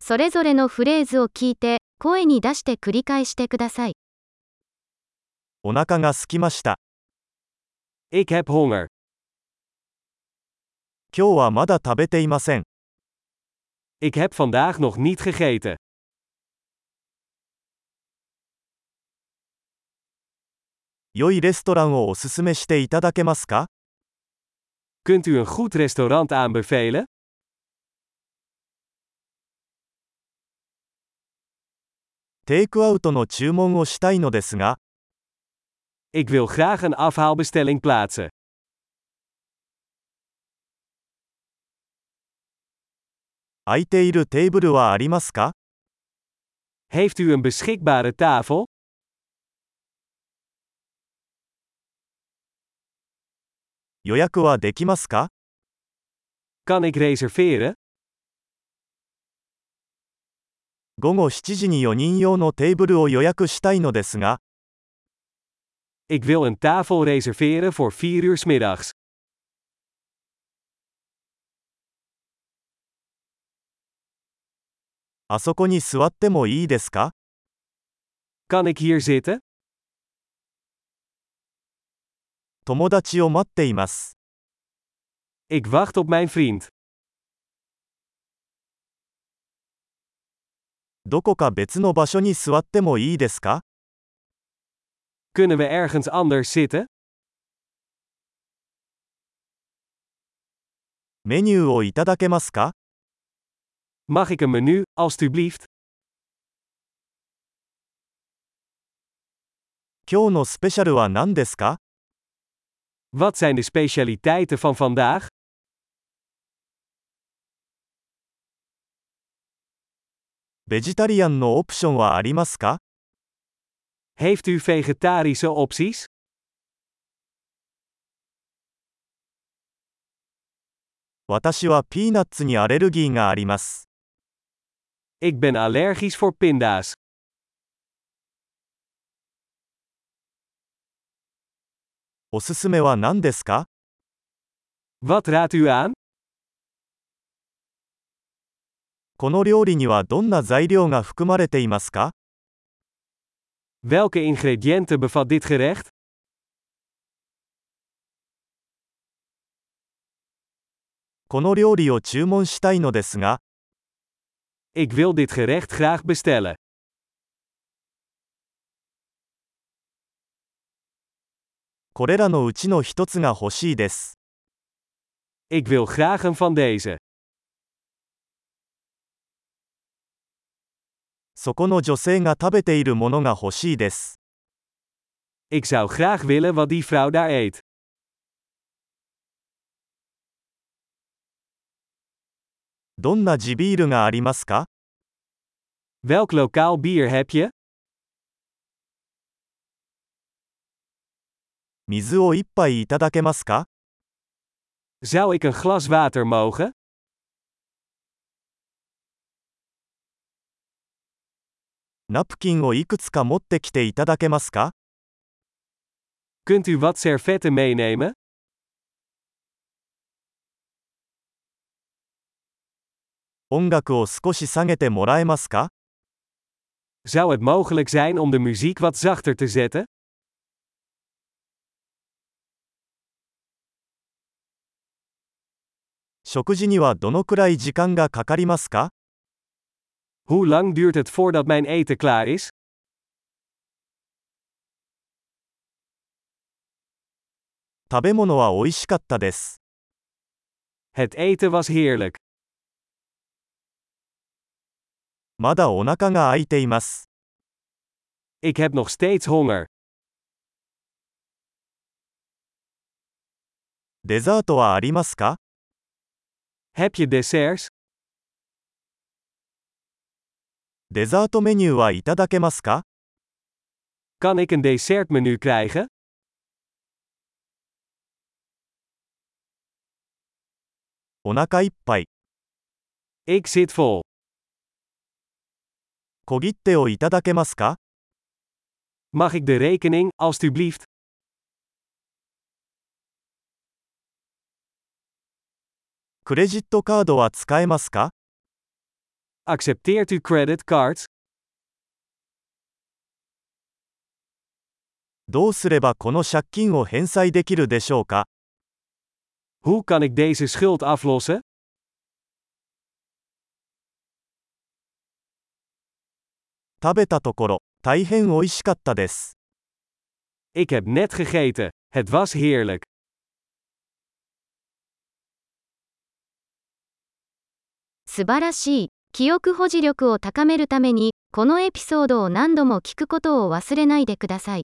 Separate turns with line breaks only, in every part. それぞれのフレーズを聞いて、声に出して繰り返してください。
お腹が空きました
Ik heb honger.
今日はまだ食べていません
Ik heb vandaag nog niet gegeten.
良いレストランをおすすめしていただけますか
Kunt u een goed restaurant aanbevelen?
テイクアウトの注文をしたいのですが
Ik wil graag een afhaalbestelling plaatsen.
空いているテーブルはありますか
Heeft u een beschikbare tafel?
予約はできますか
Kan ik reserveren?
午後7時に4人用のテーブルを予約したいのですが
Ik wil een tafel reserveren voor 4 uur 's middags.
あそこに座ってもいいですか
Kan ik hier zitten?
友達を待っています
Ik wacht op mijn vriend.
どこか別の場所に座ってもいいですか
Kunnen we ergens anders zitten?
メニューをいただけますか
Mag ik een menu, alstublieft?
今日のスペシャルは何ですか
Wat zijn de specialiteiten van vandaag?
ベジタリアンのオプションはありますか
Heeft u vegetarische opties?
私はピーナッツにアレルギーがあります。
Ik ben allergisch voor pinda's.
おすすめは何ですか
Wat raadt u aan?
この料理にはどんな材料が含まれていますか
Welke ingrediënten bevat dit gerecht?
この料理を注文したいのですが、
Ik wil dit gerecht graag bestellen.
これらのうちの一つが欲しいです。
Ik wil graag een van deze.
そこの女性が食べているものが欲しいです。
Ik zou graag willen wat die vrouw daar eet.
どんな地ビールがありますか
Welk lokaal bier heb je?
水を一杯いただけますか
Zou ik een glas water mogen?
ナプキンをいくつか持ってきていただけますか
Kunt u wat servetten meenemen?
音楽を少し下げてもらえますか
Zou het mogelijk zijn om de muziek wat zachter te zetten?
食事にはどのくらい時間がかかりますか
Hoe lang duurt het voordat mijn eten klaar is?
食べ物は美味しかったです。
Het eten was heerlijk.
まだお腹が空いています。
Ik heb nog steeds honger.
デザートはありますか
Heb je desserts?
デザートメニューはいただけますか
Kan ik een dessertmenu krijgen?
お腹いっぱい。
Ik zit vol.
小切手をいただけますか
Mag ik de rekening, alstublieft?
クレジットカードは使えますか
Accepteert u creditcard?
どうすればこの借金を返済できるでしょうか
Hoe kan ik deze schuld aflossen?
食べたところ、大変美味しかったです。
Ik heb net gegeten. Het was heerlijk.
素晴らしい。記憶保持力を高めるために、このエピソードを何度も聞くことを忘れないでください。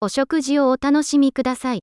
お食事をお楽しみください。